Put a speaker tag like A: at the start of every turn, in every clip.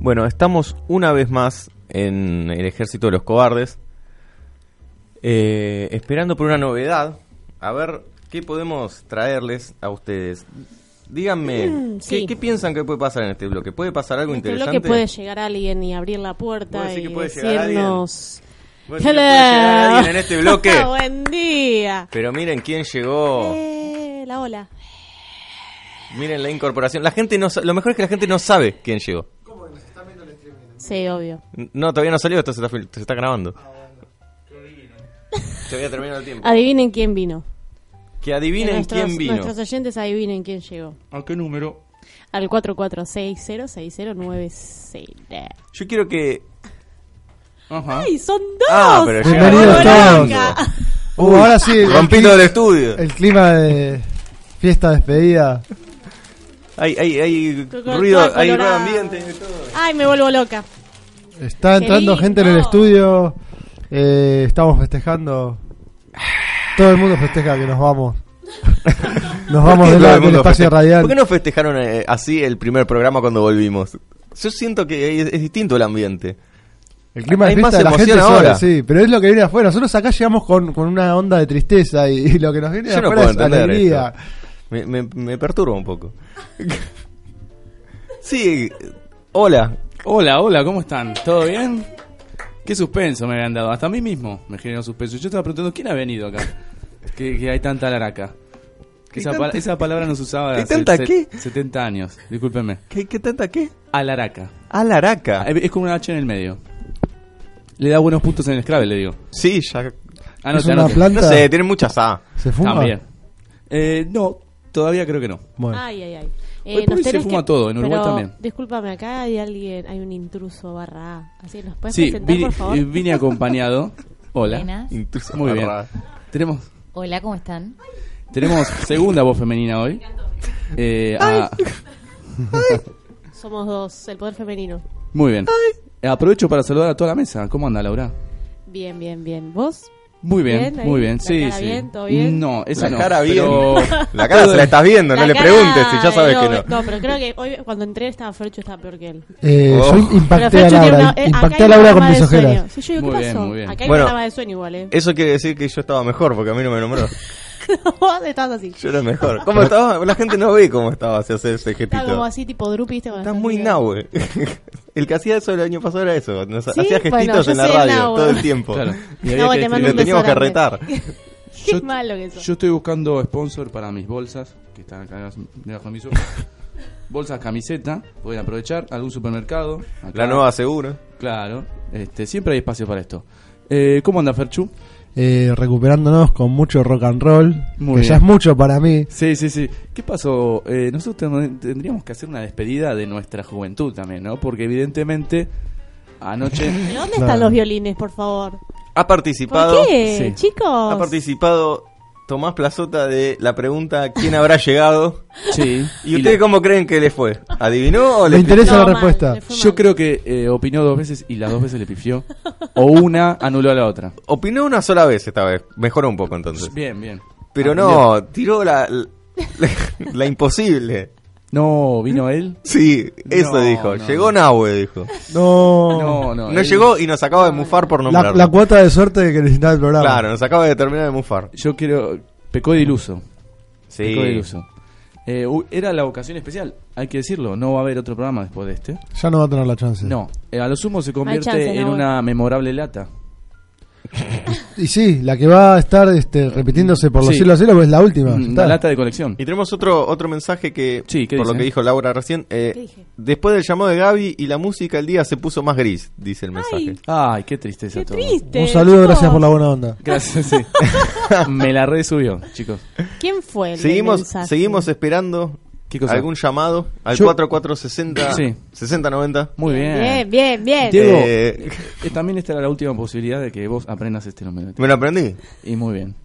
A: Bueno, estamos una vez más en el ejército de los cobardes, eh, esperando por una novedad, a ver qué podemos traerles a ustedes. Díganme,
B: Mm,
A: ¿qué,
B: sí.
A: qué piensan que puede pasar en este bloque? ¿Puede pasar algo
B: Yo Creo
A: interesante?
B: que puede llegar alguien y abrir la puerta
A: ¿Vos decís
B: y
A: que puede llegar
B: decirnos...
A: ¿Vos decís que puede llegar alguien en este bloque? Oh.
B: Buen día.
A: Pero miren quién llegó,
B: Ah, Eh, la ola.
A: miren la incorporación. La gente no, sa- lo mejor es que la gente no sabe quién llegó.
B: Sí, obvio.
A: No, todavía no salió, esto se está, fil- se está grabando. Todavía termina el tiempo.
B: Adivinen quién vino. Eh,
A: Que adivinen
B: Ah. Nuestros-
A: quién vino.
B: Nuestros oyentes adivinen quién llegó.
C: ¿A qué número?
B: Al 44606096.
A: Yo quiero que.
C: Ajá.
B: ¡Ay, son dos!
A: Ah, pero ya-
D: Bienvenidos
B: Bronca.
A: todos.
D: Uh, ahora sí, el
A: Rompiendo el estudio.
D: El clima de fiesta despedida.
A: Hay, hay, hay
B: Todo
A: ruido, hay ruido
B: colorado.
A: ambiente. hay de todo.
B: ¡Ay, me vuelvo loca!
D: Está
B: Qué
D: entrando
B: lindo.
D: gente en el estudio. eh, estamos festejando. Todo el mundo festeja que nos vamos. nos
A: ¿Por
D: vamos
A: qué todo el
D: del, del
A: mundo
D: espacio
A: festeja?
D: radial.
A: ¿Por qué no festejaron eh, así el primer programa cuando volvimos? Yo siento que es, es distinto el ambiente.
D: El clima
A: Hay
D: de fiesta
A: más
D: de la gente
A: emoción
D: sube,
A: ahora.
D: sí, pero es lo que viene afuera. Nosotros acá llegamos con, con una onda de tristeza y, y lo que nos viene de
A: Yo no
D: afuera
A: puedo
D: es
A: entender
D: alegría.
A: esto. Me, me, me perturba un poco. sí, hola.
C: Hola, hola, ¿cómo están? ¿Todo bien? Qué suspenso me habían dado. Hasta a mí mismo me generó suspenso. Yo estaba preguntando quién ha venido acá. Que, que hay tanta laraca.
A: ¿Hay
C: Que esa,
A: tanta-
C: pala- esa palabra no se usaba
A: ¿Hay
C: hace
A: tanta
C: se-
A: qué?
C: 70 años. Discúlpenme.
A: ¿Qué, qué tanta qué? Ah,
C: Alaraca.
A: Alaraca.
C: Es es como una H en el medio. Le da buenos puntos en el Scrabble, le digo.
A: Sí, ya.
C: Ah,
D: Es una planta.
A: No sé, tienen muchas A.
D: ¿Se fuma?
C: También. Eh, no, todavía creo que no.
D: Bueno,
B: Ay, ay, ay.
C: Hoy por hoy se
B: tenés
C: fuma todo, en Uruguay
B: pero,
C: también.
B: Discúlpame, acá hay alguien, hay un intruso barra A. Así, ¿nos puedes
C: Sí,
B: presentar,
C: vine,
B: por favor?
C: eh, vine acompañado. Hola.
E: Buenas.
A: Intruso
C: Muy bien.
A: barra.
C: Tenemos
E: Hola, ¿cómo están?
C: Tenemos segunda voz femenina hoy. Eh, a-
B: Somos dos, el poder femenino.
C: muy bien. Eh, Aprovecho para saludar a toda la mesa. ¿Cómo anda Laura?
B: Bien, bien, bien. ¿Vos?
C: Muy bien,
B: Bien, ahí.
C: muy bien.
B: ¿La
C: Sí,
B: cara
C: sí.
B: bien? ¿Todo bien?
C: No, esa
A: La
C: no.
A: cara bien.
C: pero-
A: La cara se la estás viendo, no
B: La
A: le
B: cara-
A: preguntes si ya sabes
B: no,
A: que no.
B: No, pero creo que hoy cuando entré estaba Fercho, estaba peor que él.
D: eh,
A: Oh.
D: yo impacté a
B: Fercho tiene
D: Laura.
B: una- eh, acá
D: impacté a
B: hay una
D: Laura con
B: rama
D: mis
B: de
D: ojeras.
B: sueño. Sí, yo digo,
C: Muy
B: ¿qué
C: bien,
B: pasó?
C: muy bien.
B: Acá hay
A: Bueno.
B: una rama de sueño igual, ¿eh?
A: Eso quiere decir que yo estaba mejor, porque a mí no me nombró.
B: Vos estabas así.
A: Yo era mejor. ¿Cómo estaba? La gente no ve cómo estaba si hace ese
B: Estaba como
A: gestito.
B: así, tipo drupi, ¿viste? Cuando
A: Estás muy
B: así, ¿no?
A: nahue. El que hacía eso el año pasado era eso. Nos
B: Sí,
A: hacía
B: bueno,
A: gestitos
B: yo
A: en la
B: soy el
A: radio
B: nahue.
A: todo el tiempo.
C: Claro. Y
B: No,
C: había
B: te
C: que
A: Y lo
B: mando un beso
C: escribir-
A: teníamos que
B: grande.
A: retar.
B: Qué
C: Yo-
B: malo que sos.
C: Yo estoy buscando sponsor para mis bolsas, que están acá debajo de mi sopa. Bolsas, camiseta, pueden aprovechar, algún supermercado. acá.
A: La nueva seguro.
C: Claro, este, siempre hay espacio para esto. Eh, ¿Cómo anda Ferchu?
D: Eh, recuperándonos con mucho rock and roll.
C: Muy
D: que ya
C: bien.
D: es mucho para mí.
C: Sí, sí, sí. ¿Qué pasó? Eh, nosotros ten- tendríamos que hacer una despedida de nuestra juventud también, ¿no? Porque evidentemente anoche...
B: ¿De dónde están
D: Claro.
B: los violines, por favor?
A: Ha participado.
B: ¿Por qué,
C: Sí.
A: Ha
B: chicos?
A: participado Tomás Plazota de la pregunta ¿Quién habrá llegado?
C: Sí.
A: ¿Y ustedes
C: la-
A: cómo creen que le fue? ¿Adivinó o le
D: Me interesa
B: No,
D: la
B: mal,
D: respuesta.
B: le fue
C: Yo
B: mal.
C: creo que eh, opinó dos veces y las dos veces le pifió. O una anuló a la otra.
A: Opinó una sola vez esta vez. Mejoró un poco entonces.
C: Bien, bien.
A: Pero
C: Aprendió.
A: no, tiró la, la, la imposible.
C: No, vino él.
A: Sí, eso
C: No,
A: dijo.
C: no,
A: llegó Nahue, dijo.
D: No.
C: No, no.
A: No,
C: él-
A: llegó y nos acaba de mufar por
D: La,
A: nombrar.
D: la cuota de suerte que necesitaba el programa.
A: claro, nos acaba de terminar de mufar.
C: Yo quiero... Pecó de iluso. Pecó de
A: Sí.
C: iluso. Eh, u- era la ocasión especial, hay que decirlo. No va a haber otro programa después de este.
D: Ya no va a tener la chance.
C: No, eh, a lo sumo se convierte
B: chances,
C: en
B: no,
C: una memorable lata.
D: Y sí, la que va a estar este, repitiéndose por los
C: Sí.
D: cielos cielos pues es la última. ya
C: Mm, Una
D: está.
C: lata de colección.
A: Y tenemos otro otro mensaje que,
C: Sí, ¿qué
A: por lo
C: dice?
A: que dijo Laura recién, eh,
B: ¿Qué dije?
A: después del llamado de Gaby y la música, el día se puso más gris, dice el mensaje.
C: Ay, qué tristeza
B: Qué
C: todo.
B: triste.
D: Un saludo,
B: chicos.
D: gracias por la buena onda.
C: Gracias, sí. Me la resubió, chicos.
B: ¿Quién fue el del
A: Seguimos
B: mensaje?
A: seguimos esperando
C: ¿Qué cosa?
A: algún llamado al
C: Yo-
A: 4460
C: Sí.
A: 6090.
C: Muy bien.
B: Bien, bien, bien.
C: Diego,
A: Eh,
C: eh, también esta era la última posibilidad de que vos aprendas este número.
A: Me lo aprendí.
C: Y muy bien.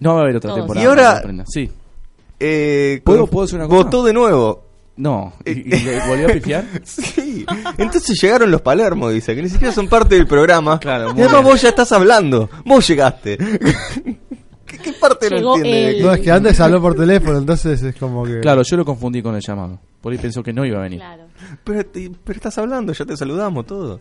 C: No va a haber otra
B: Todos.
C: temporada.
A: Y ahora-
C: que lo aprendas. Sí.
A: Eh,
C: ¿Puedo-
A: con-
C: puedo hacer una
A: Votó
C: cosa?
A: de nuevo.
C: No. ¿Y, y le volvió a pifiar?
A: Sí. Entonces llegaron los Palermo, dice, que ni siquiera son parte del programa.
C: Claro,
A: y
C: muy
A: además
C: bien.
A: vos ya estás hablando. Vos llegaste. ¿Qué, qué parte
B: Llegó
A: no entiende?
B: él.
D: No, es que antes habló por teléfono, entonces es como que.
C: Claro, yo lo confundí con el llamado. Por ahí pensó que no iba a venir.
B: Claro.
A: Pero, te- pero estás hablando, ya te saludamos todo.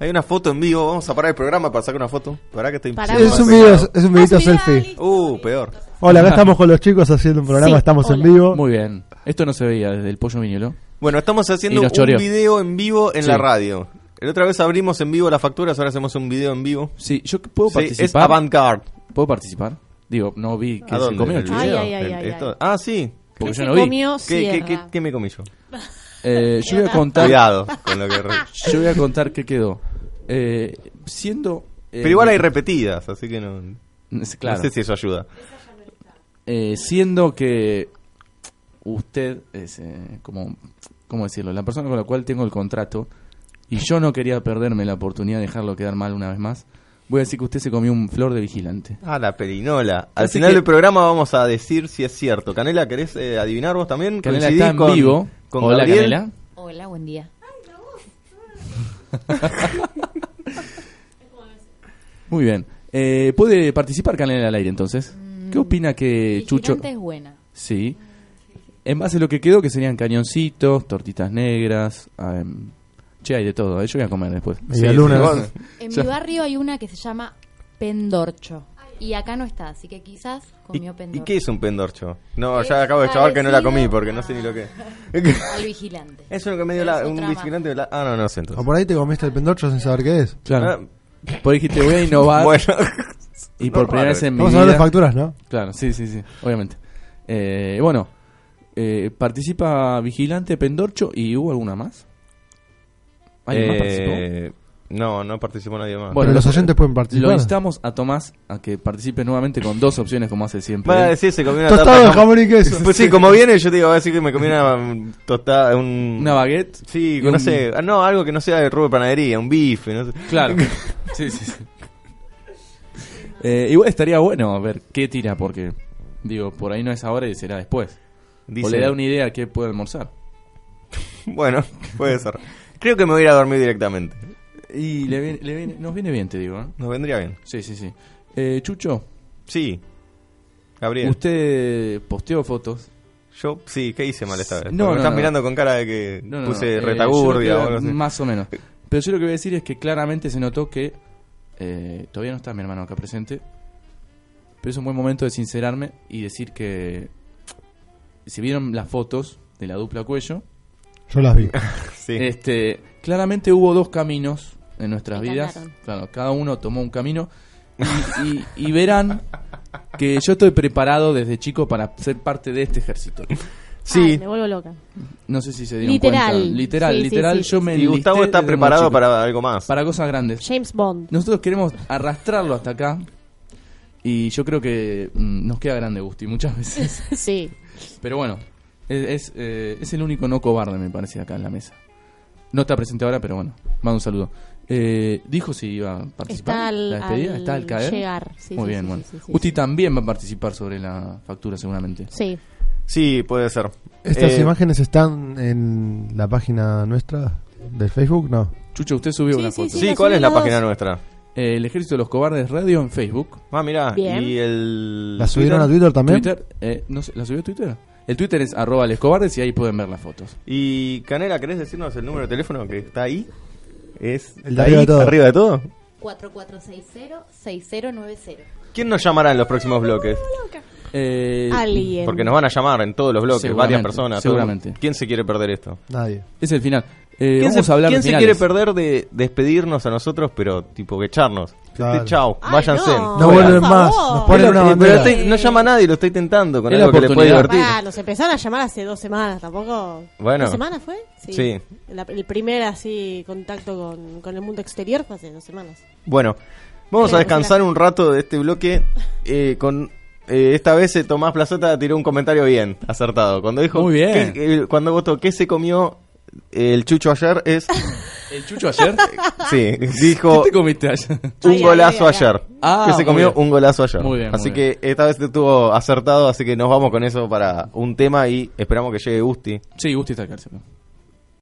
A: Hay una foto en vivo, vamos a parar el programa para sacar una foto. Para que estoy
B: Pará,
A: siendo
D: Es un
A: mal
D: video,
A: pensado.
D: es un videito
B: Aspirá,
D: selfie.
B: listo,
A: Uh,
B: listo.
A: peor.
D: Hola, acá estamos con los chicos haciendo un programa,
B: Sí,
D: estamos en
B: hola.
D: vivo.
C: Muy bien. Esto no se veía desde el pollo vinilo.
A: Bueno, estamos haciendo
C: Y nos
A: un
C: choreó.
A: video en vivo en
C: Sí.
A: la radio. La otra vez abrimos en vivo las facturas, ahora hacemos un video en vivo.
C: Sí, yo que- puedo
A: Sí, es
C: participar.
A: avant-garde.
C: ¿Puedo participar? Digo, no vi que
A: ¿A
C: se
A: dónde?
C: comió el
A: ¿El
B: Ay,
A: video?
C: video.
B: ay, ay,
A: El-
B: ay,
A: esto-
B: ay.
A: Ah, sí.
C: Porque
B: Que
C: yo
B: se
C: no vi.
B: comió
A: ¿Qué, qué,
B: sierra.
A: qué- qué me comí yo?
C: Eh, yo voy a
B: Mierda.
C: contar.
A: Cuidado con lo que... re-
C: Yo voy a contar qué quedó. Eh, siendo. eh,
A: Pero igual hay repetidas, así que no,
C: es- Claro.
A: no sé si eso ayuda.
C: Eh, siendo que usted es eh, como. ¿Cómo decirlo? La persona con la cual tengo el contrato. Y yo no quería perderme la oportunidad de dejarlo quedar mal una vez más. Voy a decir que usted se comió un flor de vigilante.
A: Ah, la perinola. Al
C: Así
A: final
C: que-
A: del programa vamos a decir si es cierto. Canela, ¿querés eh, adivinar vos también?
C: Canela
A: ¿Coincidís
C: está en
A: con-
C: vivo.
A: con
C: Hola,
A: Gabriel?
C: Canela.
E: Hola, buen día.
C: Muy bien. Eh, ¿Puede participar Canela al aire entonces? ¿Qué opina
A: Eh,
C: que
E: Vigilante
C: Chucho.?
E: es buena.
C: Sí. En base a lo que quedó, que serían cañoncitos, tortitas negras. em, che, hay de todo. eh, Yo voy a comer después.
D: Media luna.
A: igual.
E: En
C: Ya.
E: mi barrio hay una que se llama Pendorcho. Y acá no está, así que quizás
A: ¿Y,
E: comió
A: y
E: Pendorcho.
A: qué es un pendorcho? No,
E: Es
A: ya acabo de chavar que no la comí
E: parecido
A: porque no
E: a-
A: sé ni lo que...
E: Al vigilante.
A: es uno que medio
E: Es
A: la, un
E: otra
A: vigilante de la... Ah, no, no sé
D: O
A: entonces.
D: por ahí te comiste el pendorcho sin saber qué es.
C: Claro. Por ahí dijiste, voy a innovar.
A: Ah. Bueno,
C: y por
A: no,
C: primera
A: raro.
C: vez en mi
D: Vamos a ver las
C: vida.
D: facturas, ¿no?
C: Claro, sí, sí, sí. Obviamente. Eh, bueno, eh, participa Vigilante, Pendorcho y ¿hubo alguna más? ¿Alguien más participó?
A: Eh, no, no participó nadie más.
C: Bueno,
D: Pero los
C: lo-
D: oyentes pueden
C: Lo
D: participar.
C: instamos a Tomás a que participe nuevamente con dos opciones como hace siempre.
A: Va a decir, se comió una
D: Tostado
A: tarta
D: de jamón y queso.
A: Pues sí, como viene, yo te digo, va a decir que me comí una um, tostada, un...
C: Una baguette.
A: Sí,
C: y
A: no
C: un-
A: sé, ah, no, algo que no sea de rubro de panadería, un bife, no sé.
C: Claro. sí, sí, sí. Eh, igual estaría bueno ver qué tira, porque, digo, por ahí no es ahora y será después. O
A: Dice-
C: le da una idea a qué puede almorzar.
A: Bueno, puede ser. Creo que me voy a ir a dormir directamente.
C: Y le viene- le viene- nos viene bien, te digo. ¿eh?
A: Nos vendría bien.
C: Sí, sí, sí. Eh, Chucho,
A: Sí. Gabriel.
C: usted posteó fotos.
A: Yo, sí, ¿qué hice mal esta vez? Porque
C: No, no,
A: me estás
C: no.
A: mirando con cara de que
C: No, no,
A: puse
C: no, eh,
A: retagurbia
C: yo
A: o
C: lo que-
A: algo así. Eh.
C: Más o menos. Pero yo lo que voy a decir es que claramente se notó que eh, todavía no está mi hermano acá presente. Pero es un buen momento de sincerarme y decir que si vieron las fotos de la dupla cuello,
D: Yo las vi.
A: Sí.
C: este, claramente hubo dos caminos en nuestras
B: Me
C: vidas.
B: encantaron.
C: Claro, cada uno tomó un camino y, y- y verán que yo estoy preparado desde chico para ser parte de este ejército.
A: sí.
B: Ay, me vuelvo loca.
C: No sé si se dieron
B: Literal.
C: cuenta. Literal,
B: Sí, sí,
C: literal.
B: sí.
C: Yo me
A: y Gustavo
C: enlisté
A: está
C: desde muy
A: preparado
C: chico.
A: para algo más.
C: para cosas grandes.
B: James Bond.
C: Nosotros queremos arrastrarlo hasta acá. Y yo creo que mm, nos queda grande Gusti muchas veces.
B: Sí.
C: Pero bueno, es, es, eh, es el único no cobarde, me parece, acá en la mesa. No está presente ahora, pero bueno, manda un saludo. Eh, dijo si iba a participar.
B: Está al-
C: la despedida,
B: al
C: está al caer.
B: llegar. Sí,
C: Muy
B: sí,
C: bien,
B: sí,
C: bueno.
B: sí, sí, sí,
C: Gusti
B: sí.
C: también va a participar sobre la factura, seguramente.
B: Sí.
A: Sí, puede ser.
D: ¿Estas
A: Eh,
D: imágenes están en la página nuestra del Facebook? No.
C: Chucho, usted subió
B: Sí,
C: una
B: sí,
C: foto.
A: Sí,
B: las
A: ¿cuál es la
B: subimos.
A: página nuestra?
C: Eh, el Ejército de los Cobardes Radio en Facebook.
A: Ah, mirá.
B: Bien.
A: Y el.
D: ¿La subieron a Twitter también?
C: Twitter, eh, no sé, ¿la subió a Twitter? El Twitter es arroba lescobardes y ahí pueden ver las fotos.
A: Y Canela, ¿querés decirnos el número de teléfono que está ahí? Es
D: El de arriba de todo.
A: arriba de todo.
E: 4460-6090.
A: ¿Quién nos llamará en los próximos bloques?
C: Eh,
B: Alguien.
A: Porque nos van a llamar en todos los bloques,
C: Seguramente,
A: varias personas. todo.
C: seguramente.
A: ¿Quién se quiere perder esto?
D: Nadie.
C: es el final. Eh,
A: ¿Quién,
C: vamos
A: se,
C: a hablar de
A: quién se
C: finales.
A: quiere perder de despedirnos a nosotros, pero tipo que echarnos?
D: Claro.
A: Este, Chau,
B: Ay,
A: váyanse.
B: No,
D: No
B: por
D: vuelven
B: favor.
D: más. Nos
A: Pero-
D: ponen una
A: pero
D: bandera.
A: estoy- no llama a nadie, lo estoy tentando con
C: Es la
A: algo que le puede
C: oportunidad.
A: divertir.
B: Pará, nos empezaron a llamar hace dos semanas, tampoco.
A: Bueno.
B: ¿Dos semanas fue?
A: Sí.
B: La- el primer así contacto con, con el mundo exterior fue hace dos semanas.
A: Bueno, vamos a
B: Pero,
A: descansar
B: claro.
A: un rato de este bloque eh, con... eh, esta vez eh, Tomás Plazota tiró un comentario bien, acertado. Cuando dijo...
C: Muy bien.
A: ¿qué- eh, cuando votó ¿qué se comió eh, el chucho ayer? Es...
C: ¿El Chucho ayer?
A: sí, dijo...
C: ¿Qué te comiste ayer?
A: Un
B: Ay, ay,
A: golazo
B: ay, ay,
A: ayer.
C: Ah,
A: que se
C: muy
A: comió
C: bien.
A: un golazo ayer.
C: Muy bien, muy
A: así
C: bien.
A: que esta vez estuvo acertado, así que nos vamos con eso para un tema y esperamos que llegue Gusti.
C: sí, Gusti está acá. seguro.